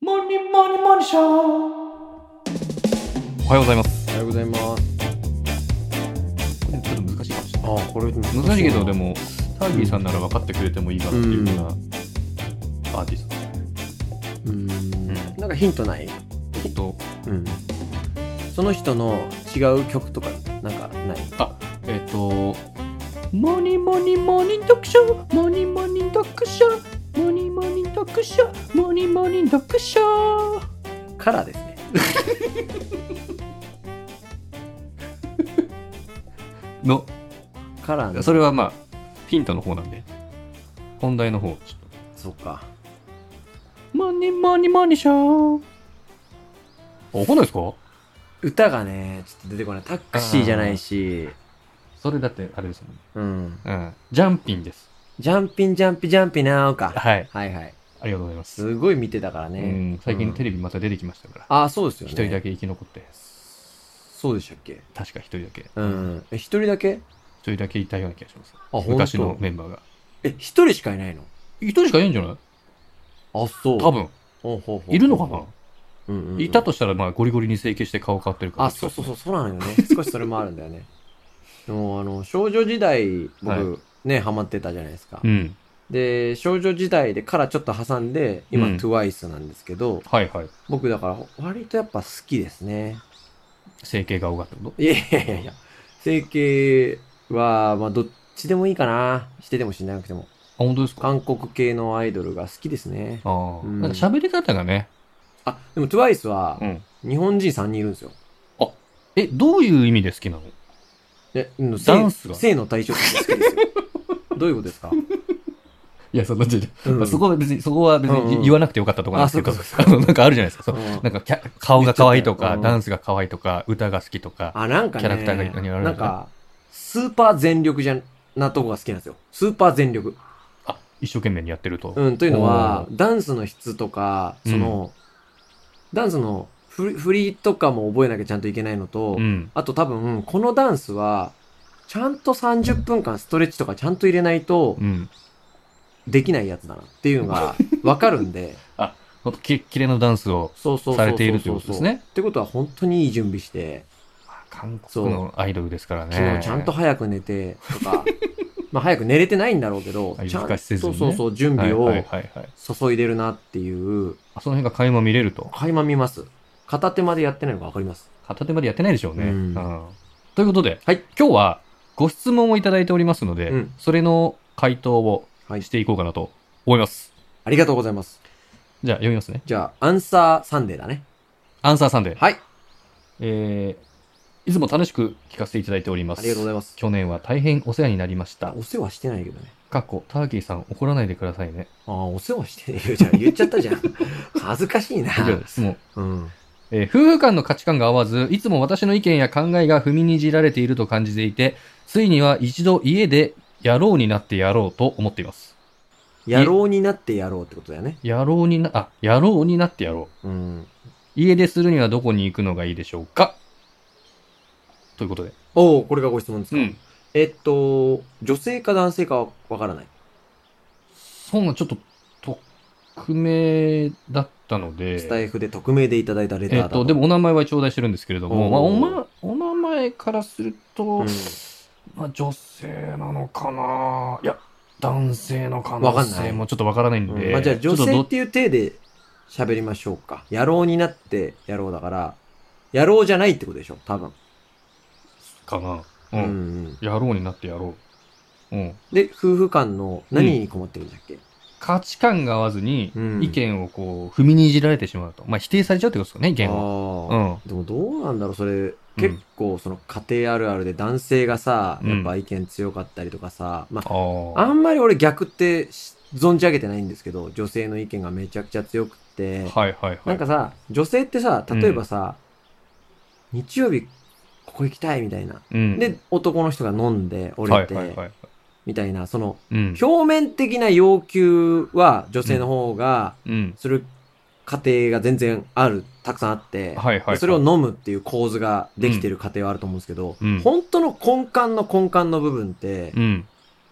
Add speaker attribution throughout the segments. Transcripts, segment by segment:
Speaker 1: ニモニモニショー
Speaker 2: おはようございます。
Speaker 3: おはようございます。
Speaker 2: これちょっと難しいかもしれない。
Speaker 3: ああ、これ難
Speaker 2: 難しいけど、で
Speaker 3: も。
Speaker 2: も、ターギーさんなら分かってくれてもいいかなっていうようなアーティスト。
Speaker 3: う
Speaker 2: ん。
Speaker 3: んなんかヒントない
Speaker 2: えっと、
Speaker 3: うん。その人の違う曲とか、なんかない
Speaker 2: えっと、モニモニモニ読書モニモニ読書モニモニ読書モニモニ読書
Speaker 3: カラーですね。
Speaker 2: の、
Speaker 3: カラーの。
Speaker 2: それはまあ、ヒントの方なんで、本題の方、ちょっと。
Speaker 3: そっか。
Speaker 2: モニモニモニショーわかんないですか
Speaker 3: 歌がね、ちょっと出てこない。タクシーじゃないし、
Speaker 2: それだって、あれですもんね。
Speaker 3: うん。
Speaker 2: うん。ジャンピンです。
Speaker 3: ジャンピンジャンピジャンピなーか。
Speaker 2: はい。
Speaker 3: はいはい。
Speaker 2: ありがとうございます。
Speaker 3: すごい見てたから
Speaker 2: う
Speaker 3: ね。
Speaker 2: ん、最近テレビまた出てきましたから。
Speaker 3: ああ、そうですよね。
Speaker 2: 一人だ
Speaker 3: け。
Speaker 2: け生き残って、
Speaker 3: そうでしたっけ
Speaker 2: 確か一人だけ。
Speaker 3: うん。え、一人だけ
Speaker 2: 一人だけいたような気がします。
Speaker 3: あ、ほん
Speaker 2: 昔の
Speaker 3: と
Speaker 2: メンバーが。
Speaker 3: え、一人しかいないの
Speaker 2: 一人しかいないんじゃない
Speaker 3: あ、そう。
Speaker 2: 多。分。
Speaker 3: ほうほうほう
Speaker 2: いるのかな、
Speaker 3: うんうんうん
Speaker 2: いたとしたら、まあ、ゴリゴリに整形して顔変わってるから。。
Speaker 3: あ、そうそうそうう、そうなのよ ね。少しそれもあるんだよね。でも、あの、少女時代、僕、
Speaker 2: は
Speaker 3: ね、ハマってたじゃないですか。
Speaker 2: うん。
Speaker 3: で、少女時代でからちょっと挟んで、今、
Speaker 2: うん
Speaker 3: TWICE なんですけど、
Speaker 2: はいはい。
Speaker 3: 僕だから、割とやっぱ好きですね。
Speaker 2: 整形が多かったこと
Speaker 3: いやいやいやいや、整形は、まあ、どっちでもいいかな。してでもしなくても。
Speaker 2: あ、本当ですかあ
Speaker 3: 韓国系のアイドルが好きですね。
Speaker 2: あー。
Speaker 3: うん
Speaker 2: なんか喋り方がね。
Speaker 3: あ、でも TWICE は、
Speaker 2: ん。
Speaker 3: 日本人3人いるんですよ。
Speaker 2: え、どういう意味で好きなの
Speaker 3: え、うん性
Speaker 2: ダンスが
Speaker 3: 性の対象として好きで すよ。どういうことですか、
Speaker 2: いや、その、
Speaker 3: うん
Speaker 2: まあそこは別に、そこは別
Speaker 3: うんう
Speaker 2: に
Speaker 3: ん
Speaker 2: 言わなくてよかったとかなんですけど、
Speaker 3: あそうかそうか
Speaker 2: あのなんかあるじゃないですか。そう
Speaker 3: うん
Speaker 2: なんかキャ顔が可愛いと
Speaker 3: 言っちゃっ
Speaker 2: か、
Speaker 3: たようん
Speaker 2: ダンスが可愛いとか、歌が好きとか。
Speaker 3: あ、なんかね、
Speaker 2: キャラクターが何やられる
Speaker 3: なんか、スーパー全力じゃなとこが好きなんですよ。スーパー全力。
Speaker 2: あ、一生懸命にやってると。
Speaker 3: うん、というのは
Speaker 2: お、
Speaker 3: ダンスの質とか、その、ダンスの振り振りとかも覚えなきゃちゃんといけないのと、
Speaker 2: うん。
Speaker 3: あと多分、このダンスは、ちゃんと30分間ストレッチとかちゃんと入れないと
Speaker 2: うん。
Speaker 3: できないやつだなっていうのがわかるん で、
Speaker 2: ほんと、キレキレのダンスを
Speaker 3: そうそうそうそうそう。
Speaker 2: されているということです。ね。
Speaker 3: ってことは本当にいい準備して、
Speaker 2: あ韓国のアイドルですからね。
Speaker 3: 昨日ちゃんと早く寝てとか、 まあ早く寝れてないんだろうけど
Speaker 2: あ、
Speaker 3: ちゃん
Speaker 2: 夜更かしせず
Speaker 3: そ
Speaker 2: にね
Speaker 3: うそうそう、準
Speaker 2: はい
Speaker 3: 備
Speaker 2: は
Speaker 3: を
Speaker 2: いはいはい。
Speaker 3: 注いでるなっていう、
Speaker 2: あその辺が垣間見れると。
Speaker 3: 垣間見ます。片手までやってないのがわかります。
Speaker 2: 片手までやってないでしょうね。
Speaker 3: うん
Speaker 2: うんということで、
Speaker 3: はい
Speaker 2: 今日はご質問をいただいておりますので、
Speaker 3: うん
Speaker 2: それの回答を
Speaker 3: はい
Speaker 2: していこうかなと思います。
Speaker 3: ありがとうございます。
Speaker 2: じゃあ読みますね。
Speaker 3: じゃあ、アンサーサンデーだね。
Speaker 2: アンサーさんで。
Speaker 3: はい。
Speaker 2: えー、いつも楽しく聞かせていただいております。
Speaker 3: ありがとうございます。
Speaker 2: 去年は大変お世話になりました。
Speaker 3: お世話してないけどね。
Speaker 2: かっこ、ターキーさん怒らないでくださいね。
Speaker 3: ああ、お世話してないよ。じゃあ言っちゃったじゃん。 恥ずかしいな。
Speaker 2: 質問。
Speaker 3: うん。
Speaker 2: えー夫婦間の価値観が合わず、いつも私の意見や考えが踏みにじられていると感じていて、ついには一度家で野郎になってやろうと思っています。
Speaker 3: 野郎になってやろうってことだよね。
Speaker 2: 野郎にな、あ、野郎になってやろう。
Speaker 3: うん。
Speaker 2: 家でするにはどこに行くのがいいでしょうかということで。
Speaker 3: おお、これがご質問ですか。
Speaker 2: ん。
Speaker 3: えっと、女性か男性かはわからない。
Speaker 2: そんなちょっと、匿名だったので。
Speaker 3: スタイフで匿名でいただいたレター
Speaker 2: え
Speaker 3: だ
Speaker 2: っと、でもお名前は頂戴してるんですけれども、まあ、お
Speaker 3: おー
Speaker 2: ま、お名前からすると、
Speaker 3: うん
Speaker 2: まあ、女性なのかないや、男性の可
Speaker 3: わ
Speaker 2: 能
Speaker 3: かんない
Speaker 2: 性もちょっとわからないんで、
Speaker 3: うんまあ、じゃあ
Speaker 2: ちょ
Speaker 3: 女
Speaker 2: っと
Speaker 3: 性っ
Speaker 2: ど
Speaker 3: ていう体で喋りましょうか。野郎になって野郎だから、野郎じゃないってことでしょ、多分。
Speaker 2: かな。う。
Speaker 3: うんんうん、
Speaker 2: やろうになってやろう。うん。
Speaker 3: で、夫婦間の何に困ってるんだっけ、
Speaker 2: 価値観が合わずに
Speaker 3: う、ん
Speaker 2: 意見をこう、踏みにじられてしまうと。まあ、否定されちゃうってことですよね、意見を。う
Speaker 3: ああ
Speaker 2: ん。
Speaker 3: でもどうなんだろう、それ、結構その家庭あるあるで男性がさ、
Speaker 2: うん
Speaker 3: やっぱ意見強かったりとかさ、まあ、
Speaker 2: あ
Speaker 3: あ
Speaker 2: あ。
Speaker 3: んまり俺逆ってし存じ上げてないんですけど、女性の意見がめちゃくちゃ強くって、
Speaker 2: はいはいは
Speaker 3: ないん。かさ、女性ってさ、例えばさ、日曜日ここ行きたいみたいな。
Speaker 2: うん
Speaker 3: で、男の人が飲んで、折
Speaker 2: は
Speaker 3: れ
Speaker 2: いはい
Speaker 3: て、
Speaker 2: はい。
Speaker 3: みたいな、その、
Speaker 2: うん。
Speaker 3: 表面的な要求は女性の方が
Speaker 2: うん。
Speaker 3: する過程が全然ある、たくさんあっ
Speaker 2: はい
Speaker 3: て、
Speaker 2: はいはい
Speaker 3: でそれを飲むっていう構図ができてる過程はあると思うんですけど、
Speaker 2: うん
Speaker 3: 本当の根幹の根幹の部分って
Speaker 2: う、ん。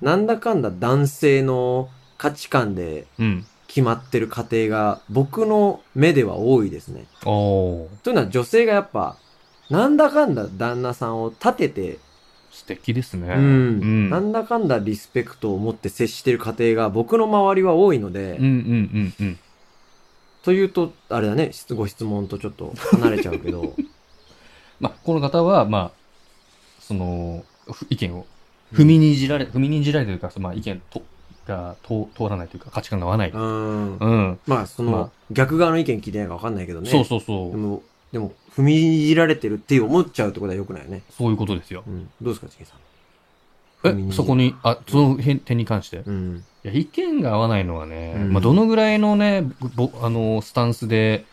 Speaker 3: なんだかんだ男性の価値観で
Speaker 2: うん。
Speaker 3: 決決まってる家庭が僕の目では多いですね。
Speaker 2: おー
Speaker 3: というのは女性がやっぱ、なんだかんだ旦那さんを立てて、
Speaker 2: 素敵ですね。
Speaker 3: うん
Speaker 2: うん
Speaker 3: なんだかんだリスペクトを持って接してる家庭が僕の周りは多いので、
Speaker 2: うんうんうんうん。
Speaker 3: というと、あれだね、質ご質問とちょっと離れちゃう けど、
Speaker 2: まあ、この方は、まあ、その、ふ意見を踏みにじられ、踏みにじられてるか、そのまあ、意見とが通通らないというか、価値観が合わない。
Speaker 3: う。
Speaker 2: うんん。
Speaker 3: まあ、その、
Speaker 2: まあ
Speaker 3: 逆側の意見聞いてないか分かんないけどね。
Speaker 2: そうそうそ
Speaker 3: で
Speaker 2: う。
Speaker 3: も、でも、踏みにじられてるって思っちゃうってことは良くないよね。
Speaker 2: そういうことですよ
Speaker 3: う。ん。どうですか、チキンさん。踏み
Speaker 2: え、
Speaker 3: じ
Speaker 2: そこ。に、あ、その辺点に関して。
Speaker 3: うん。
Speaker 2: いや、意見が合わないのはね、
Speaker 3: うん
Speaker 2: まあ、どのぐらいのね、ぼあのスタンスで、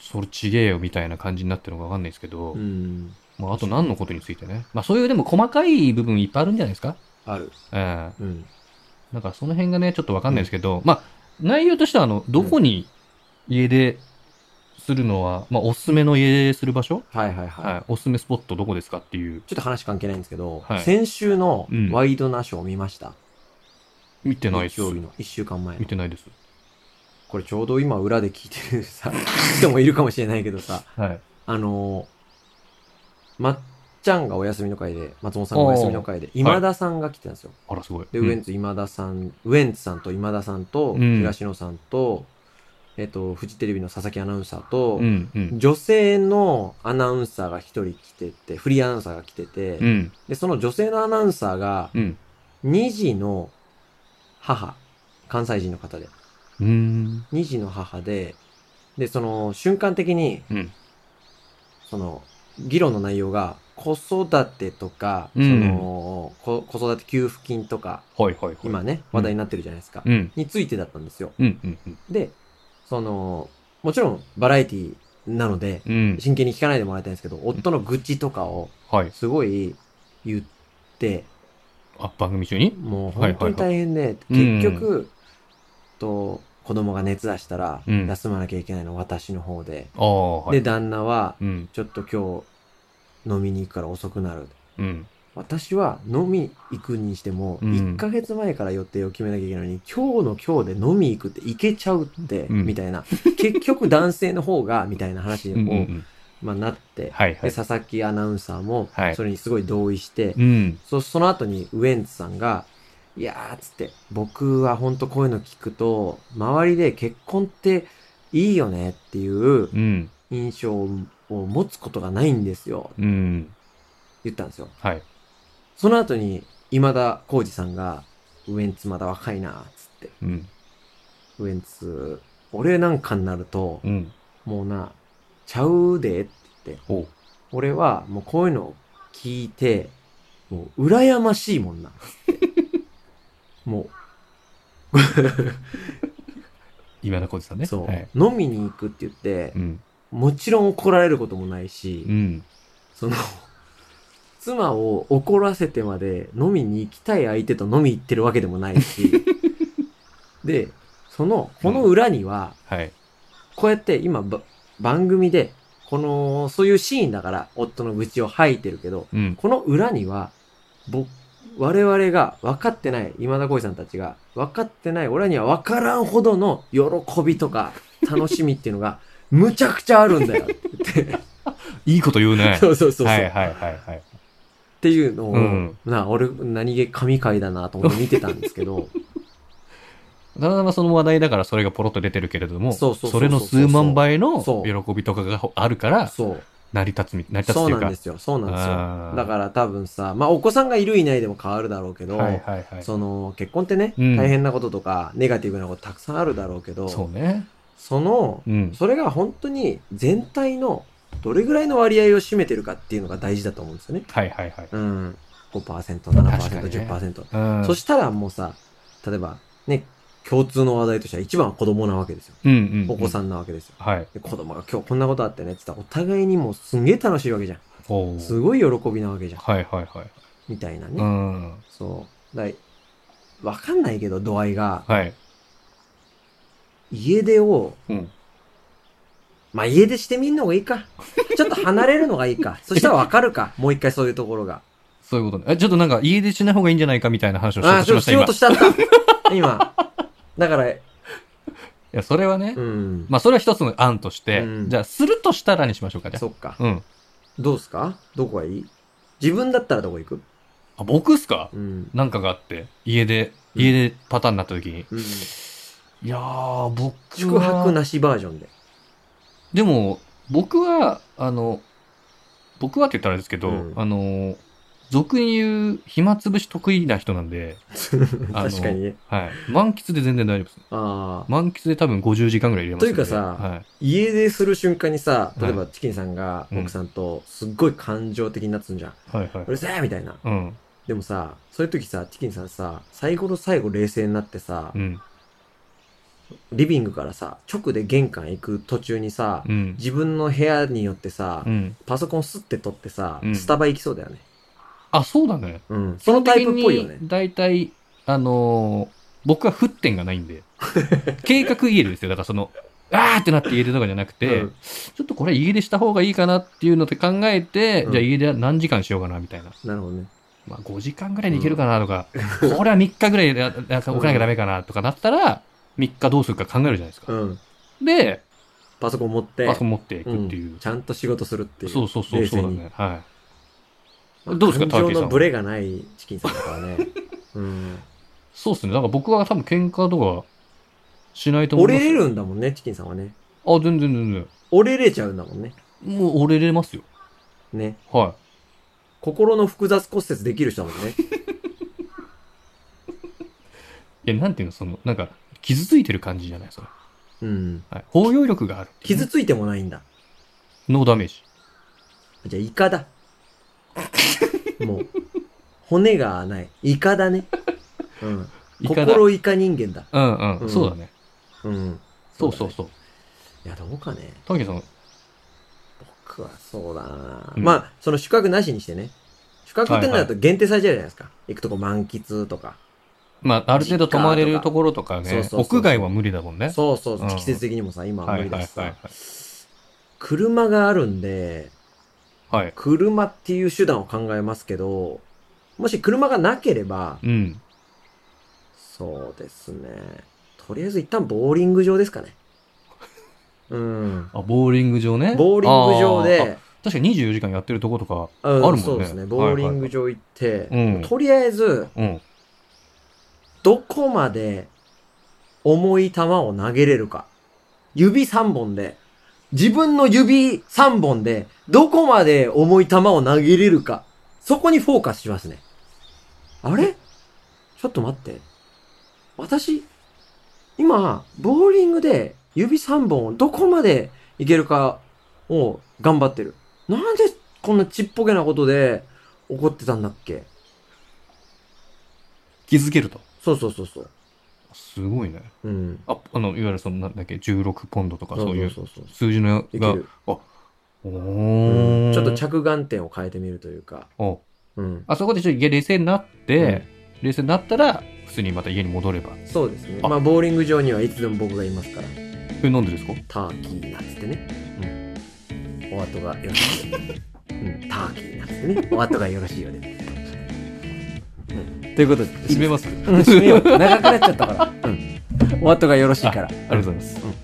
Speaker 2: それちげえよみたいな感じになってるのかわかんないですけど、
Speaker 3: うん。
Speaker 2: まあ、あと何のことについてね。まあ、そういうでも細かい部分いっぱいあるんじゃないですか
Speaker 3: ある。
Speaker 2: ええ
Speaker 3: うん。
Speaker 2: なんかその辺がね、ちょっとわかんないですけど、まあ、内容としては、あの、どこに家出するのは、まあ、おすすめの家出する場所
Speaker 3: はいはいはい。
Speaker 2: はい。おすすめスポットどこですかっていう、
Speaker 3: ちょっと話関係ないんですけど、
Speaker 2: はい
Speaker 3: 先週の
Speaker 2: うん
Speaker 3: ワイドナショーを見ました。
Speaker 2: 見てないです
Speaker 3: 日。曜日の1週間前の
Speaker 2: 見。てないです。
Speaker 3: これちょうど今裏で聞いてるさ、人もいるかもしれないけどさ、
Speaker 2: はい。
Speaker 3: あのーまっちゃんがお休みの会で、松本さんがお休みの会で、今田さんが来てたんですよ。
Speaker 2: あら、すごい。
Speaker 3: で、
Speaker 2: うん
Speaker 3: ウエンツ今田さん、ウエンツさんと今田さんと、
Speaker 2: うん
Speaker 3: 東野さんと、えっと、フジテレビの佐々木アナウンサーと、
Speaker 2: うん、うん。
Speaker 3: 女性のアナウンサーが一人来てて、フリーアナウンサーが来てて、
Speaker 2: うん、
Speaker 3: で、その女性のアナウンサーが、
Speaker 2: うん。
Speaker 3: 2児の母、関西人の方で、
Speaker 2: うーん。
Speaker 3: 2児の母で、で、その瞬間的に、
Speaker 2: うん
Speaker 3: その、議論の内容が、子育てとか、
Speaker 2: うん
Speaker 3: そのこ、子育て給付金とか、
Speaker 2: はい、はい、はい。
Speaker 3: 今ね、
Speaker 2: うん
Speaker 3: 話題になってるじゃないですか、
Speaker 2: うん。
Speaker 3: についてだったんですよ。
Speaker 2: うん、うん、うん。
Speaker 3: で、その、もちろんバラエティなので、
Speaker 2: うん。
Speaker 3: 真剣に聞かないでもらいたいんですけど、夫の愚痴とかを
Speaker 2: はい。
Speaker 3: すごい言って、
Speaker 2: あ、番組中に
Speaker 3: もう
Speaker 2: はいはい
Speaker 3: 本
Speaker 2: は
Speaker 3: 当
Speaker 2: い
Speaker 3: に大変で、
Speaker 2: うん
Speaker 3: 結局、と、子供が熱出したら、
Speaker 2: うん
Speaker 3: 休まなきゃいけないの私の方で。
Speaker 2: ああ、はい。
Speaker 3: で、旦那は、
Speaker 2: うん、
Speaker 3: ちょっと今日、飲みに行くから遅くなる。
Speaker 2: うん。
Speaker 3: 私は飲み行くにしても、
Speaker 2: うん
Speaker 3: 1ヶ月前から予定を決めなきゃいけないのに、今日の今日で飲み行くって行けちゃうって、
Speaker 2: うん
Speaker 3: みたいな。結局男性の 方が、みたいな話
Speaker 2: う
Speaker 3: を、
Speaker 2: ん、うん。
Speaker 3: まあ、なって、
Speaker 2: はい、は
Speaker 3: で、
Speaker 2: い。
Speaker 3: 佐々木アナウンサーも
Speaker 2: はい、
Speaker 3: それにすごい同意して、
Speaker 2: うん。
Speaker 3: そその後にウエンツさんが、いやーっつって、僕はほんとこういうの聞くと、周りで結婚っていいよねっていう
Speaker 2: うん、
Speaker 3: 印象を持つことがないんですよ、
Speaker 2: うん。
Speaker 3: 言ったんですよ。
Speaker 2: はい。
Speaker 3: その後に、今田耕司さんが、ウエンツまだ若いなーっつって、
Speaker 2: うん、
Speaker 3: ウエンツ、俺なんかになると、
Speaker 2: うん。
Speaker 3: もうな、ちゃうでって言って、
Speaker 2: おう。
Speaker 3: 俺はもうこういうのを聞いて、もう羨ましい もんな。も
Speaker 2: 今田耕司さん
Speaker 3: う、
Speaker 2: ね。
Speaker 3: そう、
Speaker 2: はい。
Speaker 3: 飲みに行くって言って
Speaker 2: う、ん、
Speaker 3: もちろん怒られることもないし、
Speaker 2: うん。
Speaker 3: その、妻を怒らせてまで飲みに行きたい相手と飲み行ってるわけでもない し、で、その、この裏には、
Speaker 2: はい。
Speaker 3: こうやって今ば、番組で、この、そういうシーンだから、夫の愚痴を吐いてるけど、
Speaker 2: うん、
Speaker 3: この裏には、僕、我々が分かってない、今田耕司さんたちが、分かってない、俺には分からんほどの喜びとか、楽しみっていうのが、むちゃくちゃあるんだよって言って、
Speaker 2: いいこと言うね。
Speaker 3: そうそうそうそ う、
Speaker 2: はい、
Speaker 3: っ
Speaker 2: はい、はい、はい。
Speaker 3: ていうのを、
Speaker 2: うん
Speaker 3: な、俺、何気神回だなと思って見てたんです けど、
Speaker 2: たまたまその話題だからそれがポロッと出てるけれども、
Speaker 3: そうそうそうそう
Speaker 2: れの数万倍の
Speaker 3: そう
Speaker 2: 喜びとかがあるから、
Speaker 3: そう、
Speaker 2: 成り立つみ、成り立つっ
Speaker 3: そ
Speaker 2: て
Speaker 3: う
Speaker 2: いう
Speaker 3: なん
Speaker 2: か
Speaker 3: で。すよ、そうなんです
Speaker 2: あー
Speaker 3: よ。だから多分さ、まあお子さんがいるいないでも変わるだろうけど、
Speaker 2: はい、はい、はい。
Speaker 3: その、結婚ってね、
Speaker 2: うん
Speaker 3: 大変なこととか、ネガティブなことたくさんあるだろうけど、
Speaker 2: そうね。
Speaker 3: その、
Speaker 2: うん。
Speaker 3: それが本当に全体のどれぐらいの割合を占めてるかっていうのが大事だと思うんですよね。
Speaker 2: はい、はい、はい。
Speaker 3: うん。5%、
Speaker 2: 確か
Speaker 3: 7%、
Speaker 2: にね
Speaker 3: 10%。
Speaker 2: うん。
Speaker 3: そしたらもうさ、例えばね、共通の話題としては一番は子供なわけですよ。
Speaker 2: うん、うん。
Speaker 3: お子さ
Speaker 2: ん。
Speaker 3: んなわけですよ。
Speaker 2: はい。
Speaker 3: で子供が今日こんなことあってねって言ったらお互いにもうすんげえ楽しいわけじゃん。
Speaker 2: おう
Speaker 3: すごい喜びなわけじゃん。
Speaker 2: はい、はい、はい。
Speaker 3: みたいな
Speaker 2: う
Speaker 3: ね。
Speaker 2: ん。
Speaker 3: そう。だいわかんないけど度合いが、
Speaker 2: はい。
Speaker 3: 家出を
Speaker 2: うん。
Speaker 3: まあ、家出してみんのがいいか。ちょっと離れるのがい いか。そしたらわかるか。もう一回そういうところが。
Speaker 2: そういうことね。え、ちょっとなんか家出しない方がいいんじゃないかみたいな話をしよう
Speaker 3: あ
Speaker 2: と
Speaker 3: あ、
Speaker 2: し
Speaker 3: そ
Speaker 2: ま
Speaker 3: う
Speaker 2: した、
Speaker 3: しよ
Speaker 2: 今
Speaker 3: うと。しちゃった。今。だから、
Speaker 2: や、それはね、
Speaker 3: うん。
Speaker 2: まあ、それは一つの案として、
Speaker 3: うん
Speaker 2: じゃあ、するとしたらにしましょうか、じゃ
Speaker 3: そっか。
Speaker 2: あ。うん。
Speaker 3: どうすかどこがいい自分だったらどこ行く
Speaker 2: あ、僕っすか
Speaker 3: うん。
Speaker 2: なんかがあって、家で、
Speaker 3: うん
Speaker 2: 家でパターンになった時に。
Speaker 3: うん
Speaker 2: いやー、僕は
Speaker 3: 宿泊なしバージョンで。
Speaker 2: でも、僕は、あの、僕はって言ったらあれですけど、
Speaker 3: うん
Speaker 2: あの、俗に言う暇つぶし得意な人なんで、あの
Speaker 3: 確かにね。
Speaker 2: はい。満喫で全然大丈夫です。
Speaker 3: ああ。
Speaker 2: 満喫で多分50時間ぐらい入れますんで
Speaker 3: というかさ
Speaker 2: はい。
Speaker 3: 家出する瞬間にさ、例え
Speaker 2: は
Speaker 3: ばチキンさんが
Speaker 2: うん
Speaker 3: 奥さんとすっごい感情的になってんじゃん。
Speaker 2: はいはいう
Speaker 3: るせえみたいな。
Speaker 2: うん。
Speaker 3: でもさ、そういう時さ、チキンさんさ、最後の最後冷静になってさ
Speaker 2: う、ん。
Speaker 3: リビングからさ、直で玄関行く途中にさ、
Speaker 2: うん。
Speaker 3: 自分の部屋によってさ
Speaker 2: う、ん。
Speaker 3: パソコンすって取ってさ
Speaker 2: う、ん
Speaker 3: スタバ行きそうだよね。
Speaker 2: あ、そうだね。
Speaker 3: うん。そのタイプっぽいよね。
Speaker 2: 大体、あのー僕は沸点がないん で、計画家出ですよ。だからその、あーってなって家出とかじゃなくて、
Speaker 3: うん
Speaker 2: ちょっとこれ家出した方がいいかなっていうのって考えて、
Speaker 3: うん
Speaker 2: じゃあ家出何時間しようかなみたいな。
Speaker 3: なるほどね。
Speaker 2: まあ、5時間ぐらいでいけるかなとか、これは3日ぐらいで置かなきゃダメかなとかなったら、3日どうするか考えるじゃないですか。
Speaker 3: うん。
Speaker 2: で、
Speaker 3: パソコン持って。
Speaker 2: パ、ソコン持っていくっていううん
Speaker 3: ちゃんと仕事するっていう。
Speaker 2: そうそうそう、
Speaker 3: 冷
Speaker 2: そう
Speaker 3: 静
Speaker 2: だ
Speaker 3: に
Speaker 2: ね。は
Speaker 3: まあ
Speaker 2: い。どうですか、タ
Speaker 3: 感
Speaker 2: ー
Speaker 3: 情
Speaker 2: キーさ
Speaker 3: の
Speaker 2: ん
Speaker 3: ブ
Speaker 2: は。
Speaker 3: レがないチキンさんだからね。うん。
Speaker 2: そうですね。だから僕は多分喧嘩とかしないと思い
Speaker 3: 折
Speaker 2: ます。
Speaker 3: れれるんだもんね、チキンさんはね。
Speaker 2: あ、全然全然。
Speaker 3: 折れれちゃうんだもんね。
Speaker 2: もう折れれますよ。
Speaker 3: ね。
Speaker 2: は
Speaker 3: 心の複雑骨折できる人だも んね。
Speaker 2: い。いや、なんていうの、その、なんか、傷ついてる感じじゃない、それ。
Speaker 3: うん。
Speaker 2: はい。包容力があるっていうね、
Speaker 3: 傷ついてもないんだ。
Speaker 2: ノーダメージ。
Speaker 3: じゃあ、イ カだ。もう。骨がない。イカだね。うん。
Speaker 2: イカだ。う
Speaker 3: 心イカ人間だ。
Speaker 2: んうん、
Speaker 3: うん
Speaker 2: そうだね。
Speaker 3: うん。
Speaker 2: そうそう
Speaker 3: だね
Speaker 2: そう。
Speaker 3: いや、どうかね。
Speaker 2: ターキーさん、
Speaker 3: 僕はそうだな、
Speaker 2: うん
Speaker 3: まあ、その宿泊なしにしてね。宿泊ってのだと限定されちゃうじゃないですか。行くとこ満喫とか。
Speaker 2: まあ、ある程度泊まれるところとか
Speaker 3: そう
Speaker 2: ね
Speaker 3: そう、そうそう
Speaker 2: 屋外は無理だもんね。
Speaker 3: そうそうそう
Speaker 2: うん
Speaker 3: 季節的にもさ、今は
Speaker 2: は
Speaker 3: 無
Speaker 2: い
Speaker 3: 理
Speaker 2: は
Speaker 3: だ
Speaker 2: い
Speaker 3: し
Speaker 2: はい
Speaker 3: さ。車があるんで、
Speaker 2: はい。はい。
Speaker 3: 車っていう手段を考えますけど、もし車がなければ、
Speaker 2: うん。
Speaker 3: そうですね。とりあえず一旦ボーリング場ですかね。うん。
Speaker 2: あ、ボーリング場ね。
Speaker 3: ボーリング場
Speaker 2: あー。あ
Speaker 3: で、
Speaker 2: 確かに24時間やってるとことか。
Speaker 3: あ
Speaker 2: あるもんね
Speaker 3: そうですね。
Speaker 2: はい
Speaker 3: ボ
Speaker 2: はいは
Speaker 3: ー
Speaker 2: い
Speaker 3: リング場行って、
Speaker 2: うん
Speaker 3: とりあえず、
Speaker 2: うん。
Speaker 3: どこまで重い球を投げれるか。指3本で、自分の指3本で、どこまで重い球を投げれるか。そこにフォーカスしますね。あれちょっと待って。私、今、ボーリングで指3本をどこまでいけるかを頑張ってる。なんでこんなちっぽけなことで怒ってたんだっけ
Speaker 2: 気づけると。
Speaker 3: そうそうそうそう。
Speaker 2: すごいね。
Speaker 3: うん。
Speaker 2: あ、あの、いわゆるその、なんだっけ、16ポンドとかそういう
Speaker 3: そうそうそう
Speaker 2: 数字の
Speaker 3: でき
Speaker 2: が
Speaker 3: る、。
Speaker 2: お
Speaker 3: う
Speaker 2: ー
Speaker 3: んちょっと着眼点を変えてみるというか、
Speaker 2: お
Speaker 3: うん、
Speaker 2: あそこでちょっといや冷静になって、冷静になったら、普通にまた家に戻れば。
Speaker 3: そうですね
Speaker 2: あ
Speaker 3: まあボーリング場にはいつでも僕がいますから
Speaker 2: え、なんでですか
Speaker 3: ターキーなんつってね、うん、お後がよろしいようで、うん、ターキーなんつってねお後がよろしいようで、うん、ということで
Speaker 2: 閉めます。あり
Speaker 3: うん閉めよう長くなっちゃったから、うん、お後がよろしいからあ
Speaker 2: がとうございます。
Speaker 3: うん